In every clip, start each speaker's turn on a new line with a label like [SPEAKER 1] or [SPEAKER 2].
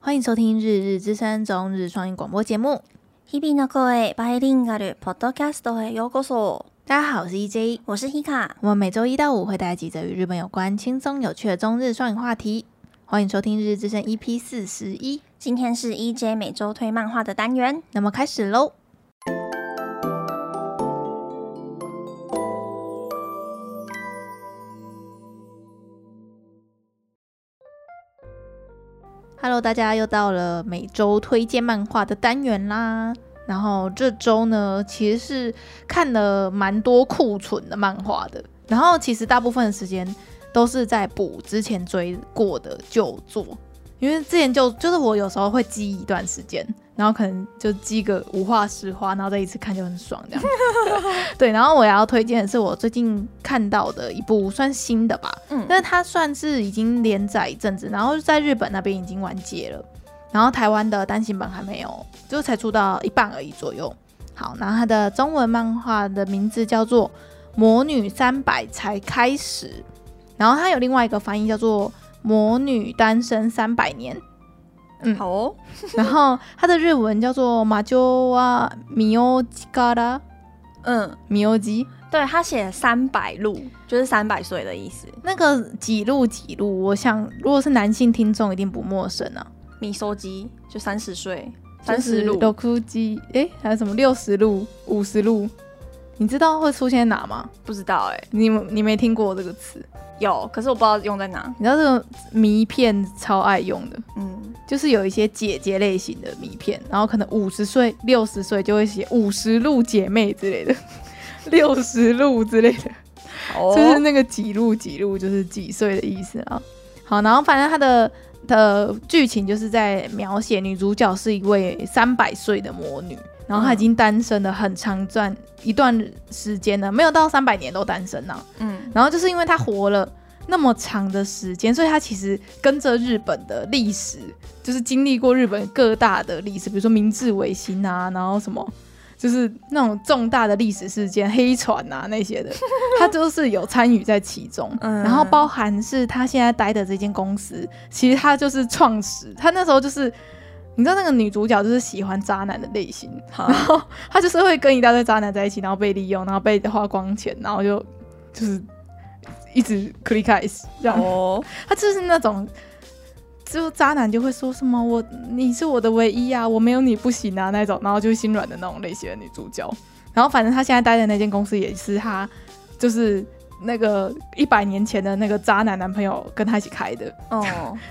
[SPEAKER 1] 欢迎收听《日日之声》中日双语广播节目。
[SPEAKER 2] 日々の声バイリンガルポッドキャストへようこそ。
[SPEAKER 1] 大家好，我是 EJ，
[SPEAKER 2] 我是 Hika，
[SPEAKER 1] 我们每周一到五会带来几则与日本有关、轻松有趣的中日双语话题。欢迎收听《日日之声》EP 四十一。
[SPEAKER 2] 今天是 EJ 每周推漫画的单元。
[SPEAKER 1] 那么开始喽。Hello，大家又到了每周推荐漫画的单元啦。然后这周呢，其实是看了蛮多库存的漫画的。然后其实大部分的时间都是在补之前追过的旧作，因为之前就就是我有时候会积一段时间，然后可能就积个五话十话，然后再一次看就很爽这样。 对，然后我也要推荐的是我最近看到的一部算新的吧，
[SPEAKER 2] 嗯
[SPEAKER 1] 但是它算是已经连载一阵子，然后在日本那边已经完结了，然后台湾的单行本还没有，就才出到一半而已左右。好，然后它的中文漫画的名字叫做《魔女三百才开始》，然后它有另外一个翻译叫做《魔女单身三百年》。
[SPEAKER 2] 好哦，
[SPEAKER 1] 然后它的日文叫做马鸠哇米欧吉嘎拉
[SPEAKER 2] 嗯，
[SPEAKER 1] 米欧吉，
[SPEAKER 2] 对他写三百路，就是三百岁的意思。
[SPEAKER 1] 那个几路几路，我想如果是男性听众一定不陌生啊，
[SPEAKER 2] 米收集就三十岁，
[SPEAKER 1] 就
[SPEAKER 2] 三
[SPEAKER 1] 是
[SPEAKER 2] 十路。
[SPEAKER 1] 六库基，诶，还有什么六十路、五十路，你知道会出现哪吗？
[SPEAKER 2] 不知道哎、
[SPEAKER 1] 你你没听过这个词？
[SPEAKER 2] 有，可是我不知道用在哪。
[SPEAKER 1] 你知道这个迷片超爱用的，
[SPEAKER 2] 嗯，
[SPEAKER 1] 就是有一些姐姐类型的迷片，然后可能五十岁、六十岁就会写五十路姐妹之类的， 六十路之类的。
[SPEAKER 2] 好 哦
[SPEAKER 1] 就是那个几路几路，就是几岁的意思啊。好，然后反正它的的剧情就是在描写女主角是一位三百岁的魔女，然后她已经单身了很长段一段时间了，没有到三百年都单身啊呢、
[SPEAKER 2] 嗯
[SPEAKER 1] 然后就是因为她活了。那么长的时间，所以她其实跟着日本的历史，就是经历过日本各大的历史，比如说明治维新啊，然后什么，就是那种重大的历史事件，黑船啊那些的，她就是有参与在其中。
[SPEAKER 2] 嗯
[SPEAKER 1] 然后包含是她现在待的这间公司，其实她就是创始，她那时候就是。你知道那个女主角就是喜欢渣男的类型，
[SPEAKER 2] 好
[SPEAKER 1] 然后她就是会跟一大堆渣男在一起，然后被利用，然后被花光钱，然后就就是一直 click eyes 这样。
[SPEAKER 2] 哦，
[SPEAKER 1] 他就是那种，就渣男就会说什么我你是我的唯一啊，我没有你不行啊那种，然后就心软的那种类型的女主角。然后反正她现在待的那间公司也是她，就是那个一百年前的那个渣男男朋友跟她一起开的，
[SPEAKER 2] 哦，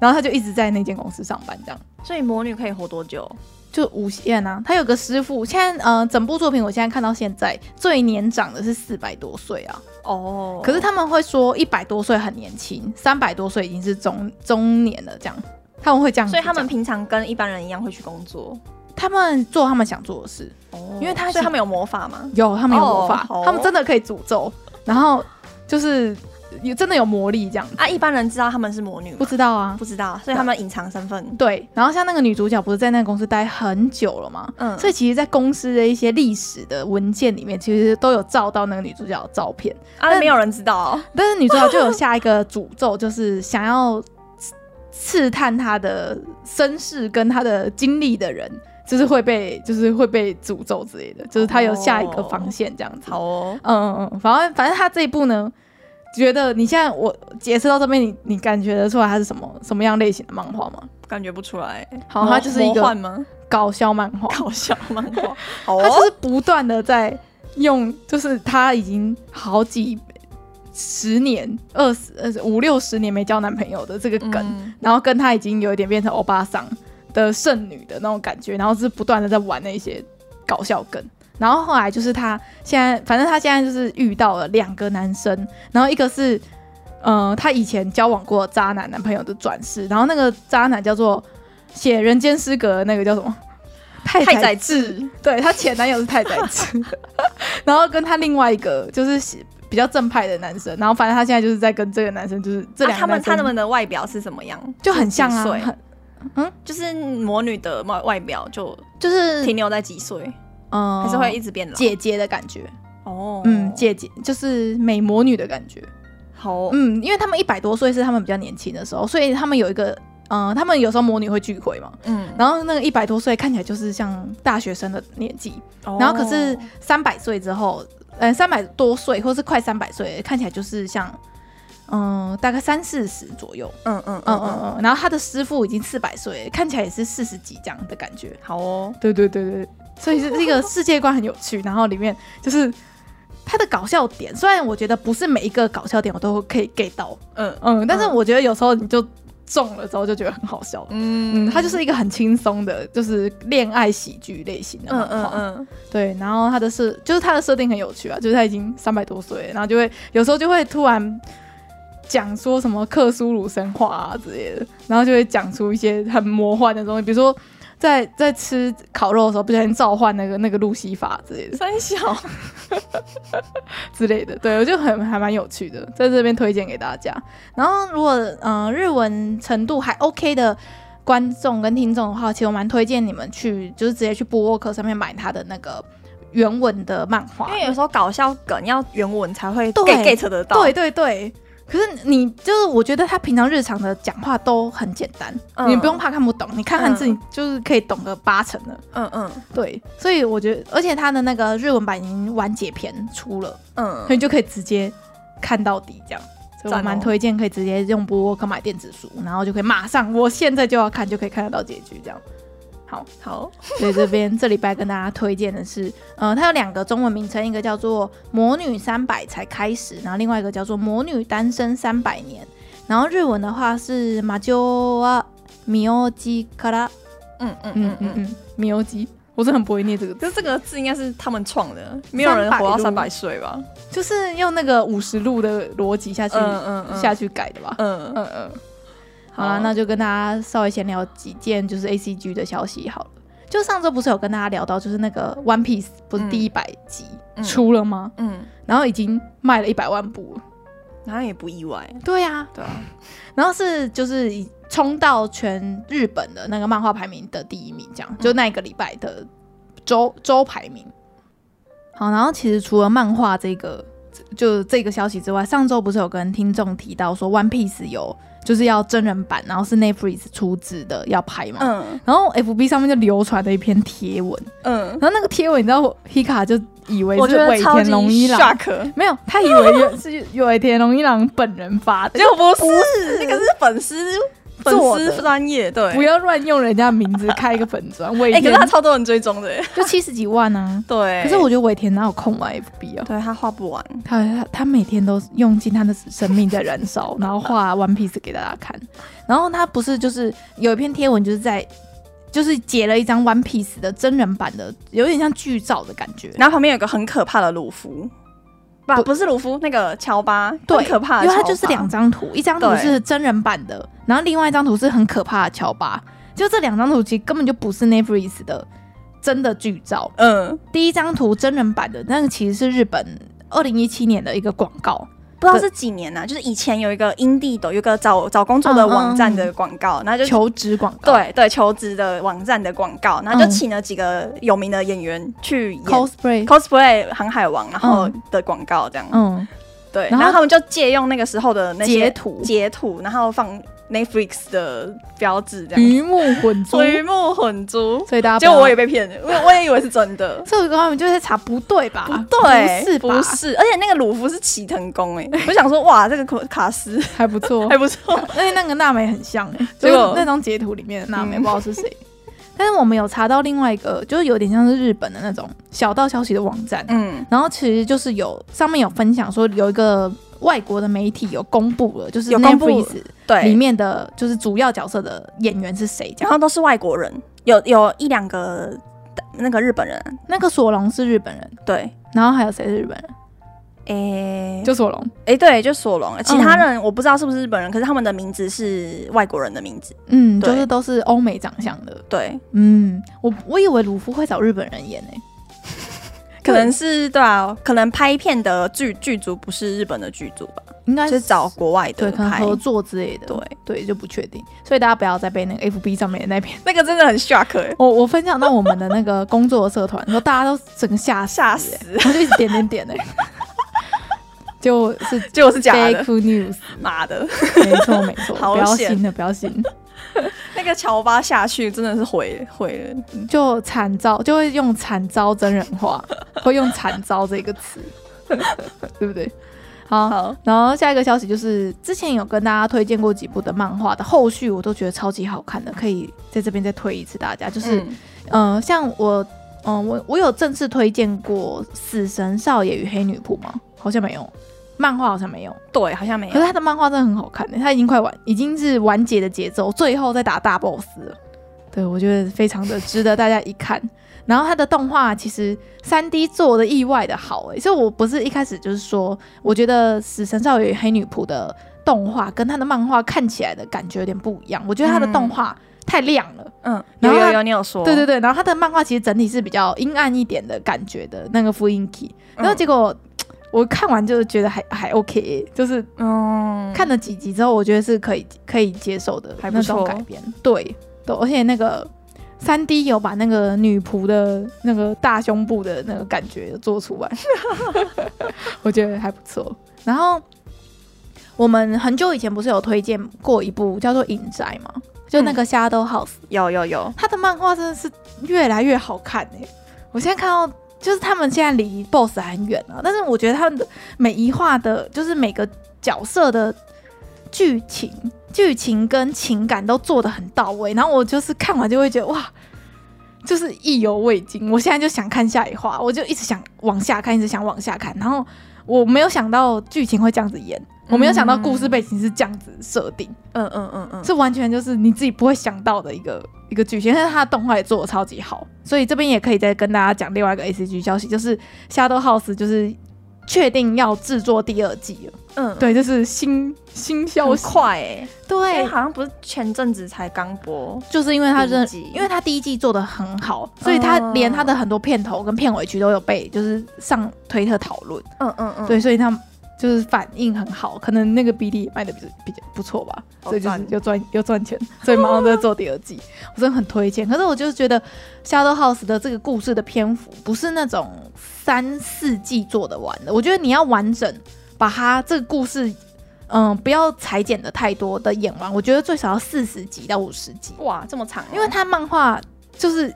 [SPEAKER 1] 然后她就一直在那间公司上班这样。
[SPEAKER 2] 所以魔女可以活多久？
[SPEAKER 1] 就无限啊，她有个师傅，现在呃，整部作品我现在看到现在最年长的是四百多岁啊，
[SPEAKER 2] 哦，
[SPEAKER 1] 可是他们会说一百多岁很年轻，三百多岁已经是中中年了，这样他们会这样子
[SPEAKER 2] 所以他们
[SPEAKER 1] 讲
[SPEAKER 2] 平常跟一般人一样会去工作。
[SPEAKER 1] 他们做他们想做的事，
[SPEAKER 2] 哦
[SPEAKER 1] 因为他
[SPEAKER 2] 所以他们有魔法吗？
[SPEAKER 1] 有他们有魔法，
[SPEAKER 2] 哦好
[SPEAKER 1] 他们真的可以诅咒，然后就是也真的有魔力这样子，
[SPEAKER 2] 啊，一般人知道他们是魔女吗？
[SPEAKER 1] 不知道啊，
[SPEAKER 2] 不知道，所以他们隐藏身份。
[SPEAKER 1] 对，然后像那个女主角不是在那个公司待很久了吗？
[SPEAKER 2] 嗯，
[SPEAKER 1] 所以其实，在公司的一些历史的文件里面，其实都有照到那个女主角的照片，
[SPEAKER 2] 啊，没有人知道、哦。
[SPEAKER 1] 但是女主角就有下一个诅咒，就是想要刺探她的身世跟她的经历的人，就是会被就是会被诅咒之类的，就是她有下一个防线这样子。
[SPEAKER 2] 好哦，
[SPEAKER 1] 嗯嗯嗯，反正反正她这一步呢，觉得你现在我解释到这边，你你感觉得出来它是什么什么样类型的漫画吗？
[SPEAKER 2] 感觉不出来。
[SPEAKER 1] 好，
[SPEAKER 2] 魔
[SPEAKER 1] 它就是一
[SPEAKER 2] 魔幻
[SPEAKER 1] 个
[SPEAKER 2] 吗？
[SPEAKER 1] 搞笑漫画，
[SPEAKER 2] 搞笑漫画。好
[SPEAKER 1] 他就
[SPEAKER 2] 哦，
[SPEAKER 1] 是不断的在用，就是他已经好几十年、二十呃五六十年没交男朋友的这个梗，
[SPEAKER 2] 嗯
[SPEAKER 1] 然后跟他已经有一点变成欧巴桑的剩女的那种感觉，然后是不断的在玩那些搞笑梗。然后后来就是他现在，反正他现在就是遇到了两个男生，然后一个是，呃，他以前交往过的渣男男朋友的转世，然后那个渣男叫做写《人间失格》的那个叫什么？太
[SPEAKER 2] 太宰治。
[SPEAKER 1] 对她前男友是太宰治， 然后跟她另外一个就是比较正派的男生，然后反正她现在就是在跟这个男生，就是这
[SPEAKER 2] 啊
[SPEAKER 1] 两
[SPEAKER 2] 他
[SPEAKER 1] 个
[SPEAKER 2] 们
[SPEAKER 1] 男生、
[SPEAKER 2] 他们的外表是什么样？
[SPEAKER 1] 就很像啊，
[SPEAKER 2] 几岁
[SPEAKER 1] 很
[SPEAKER 2] 就是魔女的外外表就
[SPEAKER 1] 就是
[SPEAKER 2] 停留在几岁，
[SPEAKER 1] 嗯
[SPEAKER 2] 还是会一直变老？
[SPEAKER 1] 姐姐的感觉，
[SPEAKER 2] 哦，
[SPEAKER 1] 嗯，姐姐就是美魔女的感觉，
[SPEAKER 2] 好哦，
[SPEAKER 1] 嗯，因为他们一百多岁是他们比较年轻的时候，所以他们有一个。呃，他们有时候魔女会聚会嘛，
[SPEAKER 2] 嗯，
[SPEAKER 1] 然后那个一百多岁看起来就是像大学生的年纪，
[SPEAKER 2] 嗯哦
[SPEAKER 1] 然后可是三百岁之后，呃，三百多岁或是快三百岁，看起来就是像，嗯、大概三四十左右，
[SPEAKER 2] 嗯
[SPEAKER 1] 嗯
[SPEAKER 2] 嗯嗯
[SPEAKER 1] 嗯
[SPEAKER 2] 嗯，
[SPEAKER 1] 嗯，然后他的师傅已经四百岁，看起来也是四十几这样的感觉。
[SPEAKER 2] 好哦，
[SPEAKER 1] 对对对对，所以是这个世界观很有趣，然后里面就是它的搞笑点，虽然我觉得不是每一个搞笑点我都可以 get 到，
[SPEAKER 2] 嗯
[SPEAKER 1] 嗯，但是
[SPEAKER 2] 嗯
[SPEAKER 1] 我觉得有时候你就中了之后就觉得很好笑。嗯，
[SPEAKER 2] 嗯
[SPEAKER 1] 它就是一个很轻松的，就是恋爱喜剧类型的
[SPEAKER 2] 嗯
[SPEAKER 1] 漫
[SPEAKER 2] 嗯
[SPEAKER 1] 画。
[SPEAKER 2] 嗯，
[SPEAKER 1] 对，然后它的设就是它的设定很有趣啊，就是他已经三百多岁了，然后就会有时候就会突然讲说什么克苏鲁神话啊之类的，然后就会讲出一些很魔幻的东西，比如说在在吃烤肉的时候不小心召唤那个那个路西法之类的
[SPEAKER 2] 三小，
[SPEAKER 1] 之类的，对我就很还蛮有趣的，在这边推荐给大家。然后如果嗯、呃日文程度还 OK 的。观众跟听众的话，其实我蛮推荐你们去，就是直接去播客上面买他的那个原文的漫画，
[SPEAKER 2] 因为有时候搞笑梗要原文才会
[SPEAKER 1] 对
[SPEAKER 2] get get 得到，
[SPEAKER 1] 对，对对，可是你就是我觉得他平常日常的讲话都很简单，
[SPEAKER 2] 嗯
[SPEAKER 1] 你不用怕看不懂，你看汉字
[SPEAKER 2] 嗯
[SPEAKER 1] 你就是可以懂个八成了。
[SPEAKER 2] 嗯嗯
[SPEAKER 1] 对，所以我觉得，而且他的那个日文版已经完结篇出了，所
[SPEAKER 2] 嗯，
[SPEAKER 1] 以就可以直接看到底这样。所以我
[SPEAKER 2] 赞哦
[SPEAKER 1] 蛮推荐可以直接用播客买电子书，然后就可以马上，我现在就要看，就可以看得到结局这样。好，
[SPEAKER 2] 好，
[SPEAKER 1] 所以这边这礼拜跟大家推荐的是，呃，它有两个中文名称，一个叫做《魔女三百才开始》，然后另外一个叫做《魔女单身三百年》，然后日文的话是马鸠啊米欧基卡拉，
[SPEAKER 2] 嗯嗯
[SPEAKER 1] 嗯
[SPEAKER 2] 嗯
[SPEAKER 1] 嗯
[SPEAKER 2] 嗯。
[SPEAKER 1] 嗯，米欧基，我是很不会念这个字，
[SPEAKER 2] 就这个字应该是他们创的，没有人活到三百岁吧？
[SPEAKER 1] 就是用那个五十路的逻辑下去、
[SPEAKER 2] 嗯嗯
[SPEAKER 1] 下去改的吧。
[SPEAKER 2] 嗯嗯
[SPEAKER 1] 嗯嗯，好
[SPEAKER 2] 啊
[SPEAKER 1] 啦，那就跟大家稍微闲聊几件就是 A C G 的消息好了。就上周不是有跟大家聊到，就是那个 One Piece 不是
[SPEAKER 2] 嗯
[SPEAKER 1] 第一百集、
[SPEAKER 2] 嗯
[SPEAKER 1] 出了吗？
[SPEAKER 2] 嗯，
[SPEAKER 1] 然后已经卖了一百万部了。
[SPEAKER 2] 好像也不意外，
[SPEAKER 1] 对呀、
[SPEAKER 2] 对啊，
[SPEAKER 1] 然后是就是以冲到全日本的那个漫画排名的第一名，这样就那一个礼拜的周周排名。好，然后其实除了漫画这个就这个消息之外，上周不是有跟听众提到说《One Piece》有就是要真人版，然后是 Netflix 出资的要拍嘛。
[SPEAKER 2] 嗯
[SPEAKER 1] 然后 F B 上面就流传了一篇贴文，
[SPEAKER 2] 嗯，
[SPEAKER 1] 然后那个贴文你知道，Hika 就以为
[SPEAKER 2] 我觉
[SPEAKER 1] 是
[SPEAKER 2] 得
[SPEAKER 1] 尾
[SPEAKER 2] 超级
[SPEAKER 1] 田荣一郎，
[SPEAKER 2] shock，
[SPEAKER 1] 没有，他以为 原是尾田荣一郎本人发的，
[SPEAKER 2] 结果不是，那个是粉丝粉
[SPEAKER 1] 做的
[SPEAKER 2] 丝专业，对，
[SPEAKER 1] 不要乱用人家名字开一个粉 砖。尾
[SPEAKER 2] 哎、可
[SPEAKER 1] 田
[SPEAKER 2] 是他超多人追踪的耶，
[SPEAKER 1] 就七十几万啊，
[SPEAKER 2] 对
[SPEAKER 1] 可是我觉得尾田哪有空玩 FB 啊？
[SPEAKER 2] 对他画不完，
[SPEAKER 1] 他他他每天都用尽他的生命在燃烧，然后画 One Piece 给大家看。然后他不是就是有一篇贴文，就是在就是截了一张 One Piece 的真人版的，有点像剧照的感觉。
[SPEAKER 2] 然后旁边有个很可怕的鲁夫，不
[SPEAKER 1] 不
[SPEAKER 2] 不是鲁夫，那个乔巴，
[SPEAKER 1] 对
[SPEAKER 2] 很可怕的
[SPEAKER 1] 因为
[SPEAKER 2] 乔巴，
[SPEAKER 1] 它就是两张图，一张图
[SPEAKER 2] 啊对
[SPEAKER 1] 是真人版的，然后另外一张图是很可怕的乔巴。就这两张图其实根本就不是 Netflix 的真的剧照，
[SPEAKER 2] 嗯，
[SPEAKER 1] 第一张图真人版的，那个其实是日本二零一七年的一个广告，
[SPEAKER 2] 不知道是几年呐、啊，就是以前有一个 Indeed 有一个找找工作的网站的广告，然后就
[SPEAKER 1] 求职广告，
[SPEAKER 2] 对对求职的网站的广告，然后就
[SPEAKER 1] 嗯
[SPEAKER 2] 请了几个有名的演员去演。
[SPEAKER 1] ，cosplay，
[SPEAKER 2] cosplay 航海王，然后
[SPEAKER 1] 嗯
[SPEAKER 2] 的广告这样，
[SPEAKER 1] 嗯，
[SPEAKER 2] 对，
[SPEAKER 1] 然
[SPEAKER 2] 然
[SPEAKER 1] 后
[SPEAKER 2] 后他们就借用那个时候的那些
[SPEAKER 1] 截图，
[SPEAKER 2] 截图，然后放 Netflix 的标志这样，
[SPEAKER 1] 鱼目混珠，
[SPEAKER 2] 鱼目混珠。
[SPEAKER 1] 所以嗯啊大家不
[SPEAKER 2] 结
[SPEAKER 1] 要，
[SPEAKER 2] 果我也，被骗了，我我也以为是真的
[SPEAKER 1] 所以我刚刚就在查，不对吧？
[SPEAKER 2] 不对，
[SPEAKER 1] 啊不是吧？
[SPEAKER 2] 不是，而且那个鲁夫是齐藤工哎，我想说哇，这个卡卡斯
[SPEAKER 1] 还不错
[SPEAKER 2] 还，不 错，
[SPEAKER 1] 而且那个娜美很 像哎、就
[SPEAKER 2] 结
[SPEAKER 1] 是
[SPEAKER 2] 果
[SPEAKER 1] 那张截图里面的娜美，
[SPEAKER 2] 哦嗯
[SPEAKER 1] 不知道是谁。但是我们有查到另外一个，就是有点像是日本的那种小道消息的网站，
[SPEAKER 2] 嗯
[SPEAKER 1] 然后其实就是有上面有分享说有一个外国的媒体有公布了，就是
[SPEAKER 2] 有公布
[SPEAKER 1] Netflix 里
[SPEAKER 2] 对，
[SPEAKER 1] 面的就是主要角色的演员是谁？这
[SPEAKER 2] 然
[SPEAKER 1] 样，
[SPEAKER 2] 后都是外国人，有有一两个那个日本人，
[SPEAKER 1] 那个索隆是日本人，
[SPEAKER 2] 对，
[SPEAKER 1] 然后还有谁是日本人？
[SPEAKER 2] 诶
[SPEAKER 1] 就索嗯隆。
[SPEAKER 2] 诶，对，就索隆，其他人我不知道是不是日本人，可是他们的名字是外国人的名字，
[SPEAKER 1] 嗯，
[SPEAKER 2] 对
[SPEAKER 1] 就是都是欧美长相的。
[SPEAKER 2] 对，
[SPEAKER 1] 嗯，我我以为鲁夫会找日本人演诶、
[SPEAKER 2] 可能是对啊，可能拍片的剧剧组不是日本的剧组吧，
[SPEAKER 1] 应该
[SPEAKER 2] 就是找国外
[SPEAKER 1] 对
[SPEAKER 2] 的
[SPEAKER 1] 可能
[SPEAKER 2] 拍。
[SPEAKER 1] 合作之类的。
[SPEAKER 2] 对
[SPEAKER 1] 对，就不确定，所以大家不要再 被那个 FB 上面的那篇。
[SPEAKER 2] 那个真的很 shock 哎、
[SPEAKER 1] 我我分享到我们的那个工作社 团，说大家都整个吓死
[SPEAKER 2] 吓死！
[SPEAKER 1] 我就一直点点点 哎、就是
[SPEAKER 2] 结果是假的，
[SPEAKER 1] fake news。
[SPEAKER 2] 妈的！
[SPEAKER 1] 没错没错，
[SPEAKER 2] 好
[SPEAKER 1] 不要
[SPEAKER 2] 险
[SPEAKER 1] 信了，不要信。
[SPEAKER 2] 那个乔巴下去真的是毁毁人，
[SPEAKER 1] 就惨遭，就会用惨遭真人 化，会用惨遭这个词，对不对？好，
[SPEAKER 2] 好
[SPEAKER 1] 然后下一个消息就是，之前有跟大家推荐过几部的漫画的，后续我都觉得超级好看的，可以在这边再推一次大家。就是，
[SPEAKER 2] 嗯
[SPEAKER 1] 嗯、呃，像我，嗯、我我有正式推荐过《死神少爷与黑女仆》吗？好像没有，漫画好像没有。
[SPEAKER 2] 对，好像没
[SPEAKER 1] 可
[SPEAKER 2] 有
[SPEAKER 1] 是，他的漫画真的很好看的，欸他已经快完，已经是完结的节奏，最后再打大 boss 了。对，我觉得非常的值得大家一看。然后他的动画其实三 D 做的意外的好欸诶、所以我不是一开始就是说，我觉得《死神少爷与黑女仆》的动画跟他的漫画看起来的感觉有点不一样，我觉得他的动画太亮了。
[SPEAKER 2] 嗯，
[SPEAKER 1] 然
[SPEAKER 2] 有
[SPEAKER 1] 后他
[SPEAKER 2] 有有，你有说，
[SPEAKER 1] 对对对，然后他的漫画其实整体是比较阴暗一点的感觉的那个复印 key，然后结果、我看完就觉得还还 OK，欸就是
[SPEAKER 2] 嗯，
[SPEAKER 1] 看了几集之后，我觉得是可以可以接受的
[SPEAKER 2] 还不
[SPEAKER 1] 那种
[SPEAKER 2] 错
[SPEAKER 1] 改编。对对，而且那个三 D 有把那个女仆的那个大胸部的那个感觉做出来， 我觉得还不错。然后我们很久以前不是有推荐过一部叫做《影宅》吗？就那
[SPEAKER 2] 嗯
[SPEAKER 1] 个 Shadow House，、
[SPEAKER 2] 有有有，
[SPEAKER 1] 他的漫画真的是越来越好看哎、我现在看到，就是他们现在离 BOSS 还很远啊，但是我觉得他们的每一画的，就是每个角色的剧情、剧情跟情感都做的很到位，然后我就是看完就会觉得哇，就是意犹未尽。我现在就想看下一话，我就一直想往下看，一直想往下看，然后我没有想到剧情会这样子演，我没有想到故事背景是这样子设定。
[SPEAKER 2] 嗯嗯嗯嗯，
[SPEAKER 1] 这完全就是你自己不会想到的一个一个剧情，但是它的动画也做的超级好，所以这边也可以再跟大家讲另外一个 A C G 消息，就是 Shadow House 就是确定要制作第二季了，
[SPEAKER 2] 嗯，
[SPEAKER 1] 对，就是新新消
[SPEAKER 2] 很
[SPEAKER 1] 息，
[SPEAKER 2] 快哎，因为
[SPEAKER 1] 对，
[SPEAKER 2] 好像不是前阵子才刚播，
[SPEAKER 1] 就是因为它真的
[SPEAKER 2] 第一季
[SPEAKER 1] 因为它第一季做的很好，所以它
[SPEAKER 2] 哦
[SPEAKER 1] 连它的很多片头跟片尾曲都有被就是上推特讨论，
[SPEAKER 2] 嗯嗯嗯，
[SPEAKER 1] 对，所以他们就是反应很好，可能那个 BD 也卖的比较比较不错吧，
[SPEAKER 2] 好
[SPEAKER 1] 所以就是
[SPEAKER 2] 赞
[SPEAKER 1] 又赚又赚钱，所以马上在做第二季，我真的很推荐。可是我就是觉得《Shadow House》的这个故事的篇幅不是那种三四季做得完的，我觉得你要完整把它这个故事。嗯，不要裁剪的太多的演完，我觉得最少要四十集到五十集，
[SPEAKER 2] 哇，这么长哦，
[SPEAKER 1] 因为它漫画就是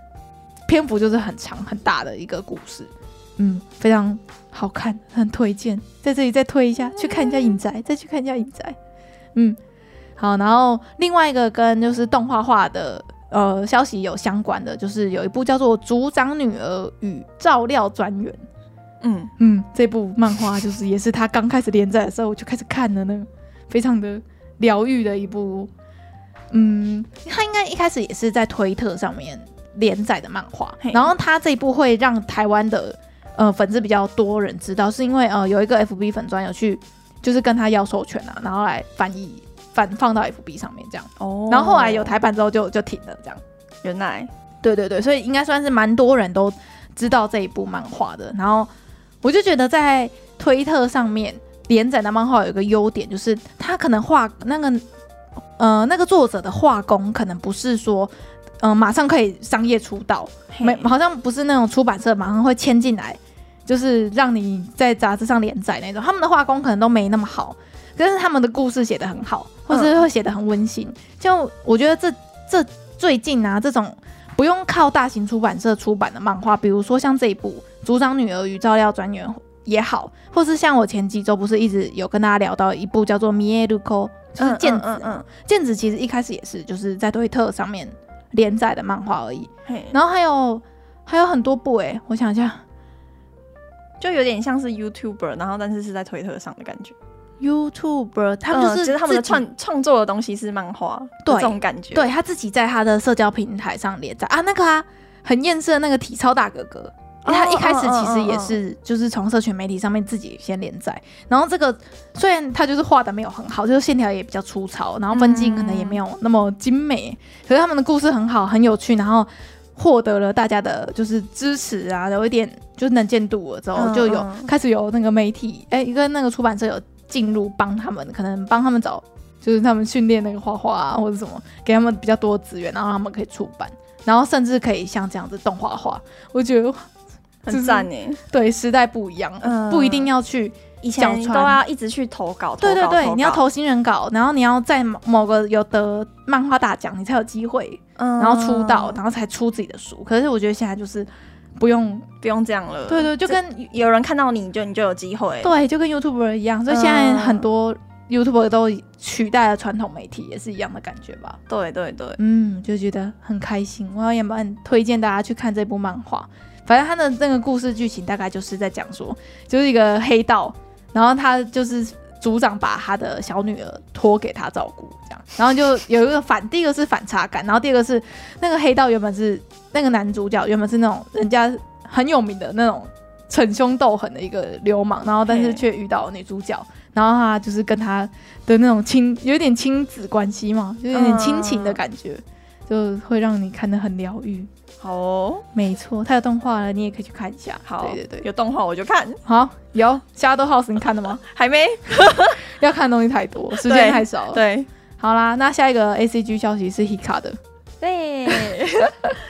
[SPEAKER 1] 篇幅就是很长很大的一个故事，嗯，非常好看，很推荐。在这里再推一下，去看一下《影宅》，再去看一下《影宅》。嗯，好，然后另外一个跟就是动画化的呃消息有相关的，就是有一部叫做《组长女儿与照料专员》。
[SPEAKER 2] 嗯，
[SPEAKER 1] 嗯，这部漫画就是也是他刚开始连载的时候我就开始看了呢，非常的疗愈的一部。嗯，他应该一开始也是在推特上面连载的漫画
[SPEAKER 2] 嘿，
[SPEAKER 1] 然后他这一部会让台湾的呃粉丝比较多人知道，是因为呃有一个 FB 粉专有去就是跟他要授权啊，然后来翻译翻放到 FB 上面这样，
[SPEAKER 2] 哦
[SPEAKER 1] 然后后来有台版之后就就停了这样。
[SPEAKER 2] 原来，
[SPEAKER 1] 对对对，所以应该算是蛮多人都知道这一部漫画的。然后我就觉得在推特上面连载的漫画有一个优点，就是它可能画那个呃那个作者的画工可能不是说。嗯、马上可以商业出道，
[SPEAKER 2] 嘿嗯
[SPEAKER 1] 没好像不是那种出版社马上会签进来，就是让你在杂志上连载那种。他们的画工可能都没那么好，但是他们的故事写得很好，
[SPEAKER 2] 嗯
[SPEAKER 1] 或是会写得很温馨。就我觉得这这最近啊，这种不用靠大型出版社出版的漫画，比如说像这一部《组长女儿与照料专员》也好，或是像我前几周不是一直有跟大家聊到一部叫做《米耶鲁科》，就是剑子嘛
[SPEAKER 2] 嗯嗯，嗯
[SPEAKER 1] 剑子其实一开始也是就是在推特上面连载的漫画而已。
[SPEAKER 2] 嘿，
[SPEAKER 1] 然后还有还有很多部诶、我想一下
[SPEAKER 2] 就有点像是 YouTuber，然后但是是在推特上的感觉。
[SPEAKER 1] ，YouTuber 他们呃就
[SPEAKER 2] 嗯
[SPEAKER 1] 是、
[SPEAKER 2] 其实他们的创创作的东西是漫画，
[SPEAKER 1] 对
[SPEAKER 2] 这种感觉。，
[SPEAKER 1] 对他自己在他的社交平台上连载啊，那个啊很厌世的那个体操大哥哥。因为他
[SPEAKER 2] 哦
[SPEAKER 1] 一开始其实
[SPEAKER 2] 哦哦
[SPEAKER 1] 也
[SPEAKER 2] 哦
[SPEAKER 1] 是，就是从社群媒体上面自己先连载，然后这个虽然他就是画的没有很好，就是线条也比较粗糙，然后分镜可能也没有那么精美，可是他们的故事很好，很有趣，然后获得了大家的就是支持啊，有一点就是能见度了之后，
[SPEAKER 2] 嗯
[SPEAKER 1] 就有
[SPEAKER 2] 嗯
[SPEAKER 1] 开始有那个媒体哎、跟那个出版社有进入帮他们，可能帮他们找就是他们训练那个画画啊或者什么，给他们比较多的资源，然后他们可以出版，然后甚至可以像这样子动画化，我觉得
[SPEAKER 2] 很赞哎。
[SPEAKER 1] 对时代不一样了，
[SPEAKER 2] 嗯
[SPEAKER 1] 不一定要去
[SPEAKER 2] 以
[SPEAKER 1] 角
[SPEAKER 2] 前都
[SPEAKER 1] 川
[SPEAKER 2] 要一直去投稿，投
[SPEAKER 1] 对对
[SPEAKER 2] 稿
[SPEAKER 1] 对，你要，
[SPEAKER 2] 稿
[SPEAKER 1] 投新人稿，然后你要在某某个有得漫画大奖，你才有机会，
[SPEAKER 2] 嗯
[SPEAKER 1] 然后出道，然后才出自己的书。可是我觉得现在就是不用，
[SPEAKER 2] 不用这样了。
[SPEAKER 1] 对对，就
[SPEAKER 2] 这
[SPEAKER 1] 跟
[SPEAKER 2] 有人看到你就你就有机会。
[SPEAKER 1] 对就跟 YouTuber 一样，所以现在
[SPEAKER 2] 嗯
[SPEAKER 1] 很多 YouTuber 都取代了传统媒体，也是一样的感觉吧。
[SPEAKER 2] 对对对，
[SPEAKER 1] 嗯，就觉得很开心。我要也蛮推荐大家去看这部漫画。反正他的那个故事剧情大概就是在讲说，就是一个黑道，然后他就是组长把他的小女儿托给他照顾，这样，然后就有一个反，第一个是反差感，然后第二个是那个黑道原本是那个男主角原本是那种人家很有名的那种逞凶斗狠的一个流氓，然后但是
[SPEAKER 2] 嘿
[SPEAKER 1] 却遇到女主角，然后他就是跟他的那种亲，有点亲子关系嘛，就有点亲情的感觉，就会让你看得很疗愈。
[SPEAKER 2] 好哦，
[SPEAKER 1] 没错，他有动画了，你也可以去看一下。
[SPEAKER 2] 好，
[SPEAKER 1] 对对对，
[SPEAKER 2] 有动画我就看，
[SPEAKER 1] 好，有《加豆 House》，你看了吗？
[SPEAKER 2] 还没
[SPEAKER 1] 要看的东西太多，时间太少了。
[SPEAKER 2] 对。
[SPEAKER 1] 好啦，那下一个 A C G 消息是 Hika 的，
[SPEAKER 2] 对，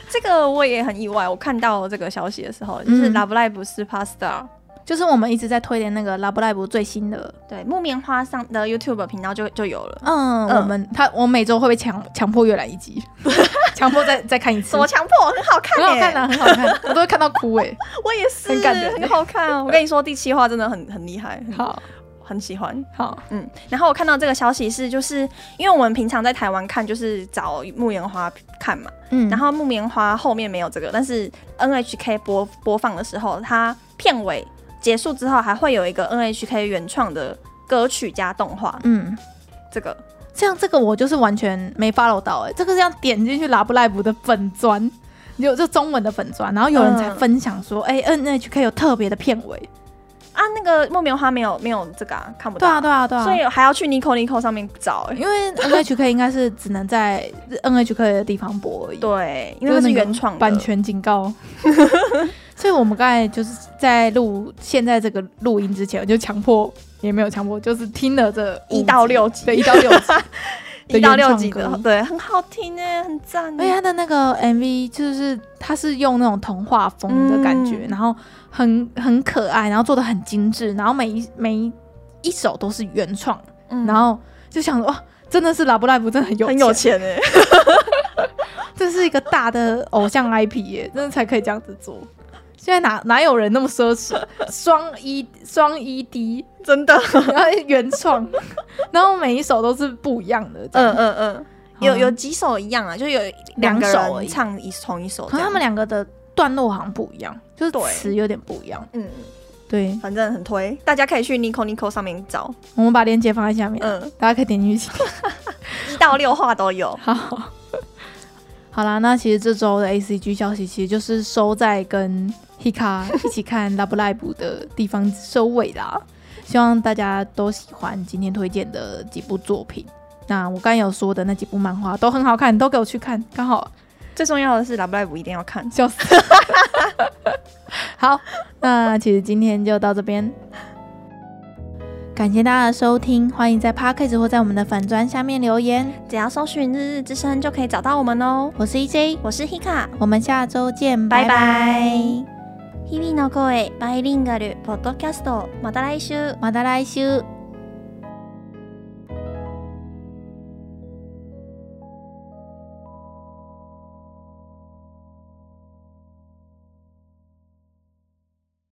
[SPEAKER 2] 这个我也很意外。我看到这个消息的时候，就是
[SPEAKER 1] 嗯
[SPEAKER 2] Love Live 是 Pasta，、
[SPEAKER 1] 就是我们一直在推的那个 Love Live 最新的，
[SPEAKER 2] 对木棉花上的 YouTube 频道就就有了。
[SPEAKER 1] 嗯，
[SPEAKER 2] 嗯
[SPEAKER 1] 我们他我每周会被强强迫阅览一集， 强迫再再看 一次
[SPEAKER 2] 什么。强迫？嗯很好看、
[SPEAKER 1] 很好
[SPEAKER 2] 欸，
[SPEAKER 1] 看 啊，很好看，我都会看到哭哎、
[SPEAKER 2] 我也是，
[SPEAKER 1] 很感人
[SPEAKER 2] 很好看、 啊。我跟你说，第七话真的很很厉害，很，
[SPEAKER 1] 好
[SPEAKER 2] 很喜欢。
[SPEAKER 1] 好，
[SPEAKER 2] 嗯，然后我看到这个消息是，就是因为我们平常在台湾看，就是找木棉花看嘛，
[SPEAKER 1] 嗯
[SPEAKER 2] 然后木棉花后面没有这个，但是 NHK 播播放的时候，它片尾结束之后还会有一个 NHK 原创的歌曲加动画，
[SPEAKER 1] 嗯，
[SPEAKER 2] 这个
[SPEAKER 1] 这样这个我就是完全没 follow 到哎、这个是要点进去 Love Live 的粉砖，有这中文的粉砖，然后有人才
[SPEAKER 2] 嗯
[SPEAKER 1] 分享说，哎、n H K 有特别的片尾，
[SPEAKER 2] 啊，那个木棉花没有没有这个、啊、看不
[SPEAKER 1] 对
[SPEAKER 2] 到，
[SPEAKER 1] 啊对啊对啊，
[SPEAKER 2] 所以还要去 Nico Nico 上面 找、欸。
[SPEAKER 1] 因 为 NHK 应该是只能在 NHK 的地方播而已，
[SPEAKER 2] 对，因为它是原创的
[SPEAKER 1] 版权警 告。所以我们刚才就是在录现在这个录音之前，我就强迫也没有强迫，就是听了这五
[SPEAKER 2] 一到六集
[SPEAKER 1] 对，一到六集。
[SPEAKER 2] 一到六集
[SPEAKER 1] 的原
[SPEAKER 2] 的
[SPEAKER 1] 创，
[SPEAKER 2] 对，很好听哎，很赞
[SPEAKER 1] 而且
[SPEAKER 2] 哎。
[SPEAKER 1] 他的那个 MV 就是它是用那种童话风的感觉，
[SPEAKER 2] 嗯
[SPEAKER 1] 然后很很可爱，然后做的很精致，然后每一每一一首都是原创，
[SPEAKER 2] 嗯
[SPEAKER 1] 然后就想说哇，真的是 l o v e Live 真的很有
[SPEAKER 2] 很
[SPEAKER 1] 钱
[SPEAKER 2] 有钱哎，
[SPEAKER 1] 这是一个大的偶像 IP 耶，真的才可以这样子做。现在哪哪有人那么奢侈？ 双一双一 D，
[SPEAKER 2] 真的。
[SPEAKER 1] 然后原创，然后每一首都是不一样的。
[SPEAKER 2] 嗯
[SPEAKER 1] 嗯，
[SPEAKER 2] 嗯嗯，有有几首一样啊，就有
[SPEAKER 1] 两
[SPEAKER 2] 个
[SPEAKER 1] 首而
[SPEAKER 2] 人
[SPEAKER 1] 已
[SPEAKER 2] 唱一同一首
[SPEAKER 1] 可
[SPEAKER 2] 这
[SPEAKER 1] 能
[SPEAKER 2] 样，
[SPEAKER 1] 他们两个的段落好像不一样，就是
[SPEAKER 2] 对
[SPEAKER 1] 词有点不一样。
[SPEAKER 2] 嗯，
[SPEAKER 1] 对，
[SPEAKER 2] 反正很推，大家可以去 Nico Nico 上面找。
[SPEAKER 1] 我们把链接放在下面，
[SPEAKER 2] 嗯，
[SPEAKER 1] 大家可以点进去 听。
[SPEAKER 2] 一到六话都有。
[SPEAKER 1] 好，好啦，那其实这周的 A C G 消息其实就是收在跟 Hika 一起看 Love Live 的地方收尾啦。希望大家都喜欢今天推荐的几部作品。那我刚才有说的那几部漫画都很好看，都给我去看，刚好
[SPEAKER 2] 最重要的是 Love Live 一定要看。
[SPEAKER 1] 笑死。好，那其实今天就到这边，感谢大家的收听，欢迎在 p o d c a s t 或在我们的粉砖下面留言。
[SPEAKER 2] 只要搜寻“日日之声”就可以找到我们哦。
[SPEAKER 1] 我是 E EJ，
[SPEAKER 2] 我是 Hika，
[SPEAKER 1] 我们下周见，
[SPEAKER 2] 拜
[SPEAKER 1] 拜
[SPEAKER 2] 拜
[SPEAKER 1] 拜。。
[SPEAKER 2] 日々の声バイリンガルポッドキャストまた来週。
[SPEAKER 1] また来週。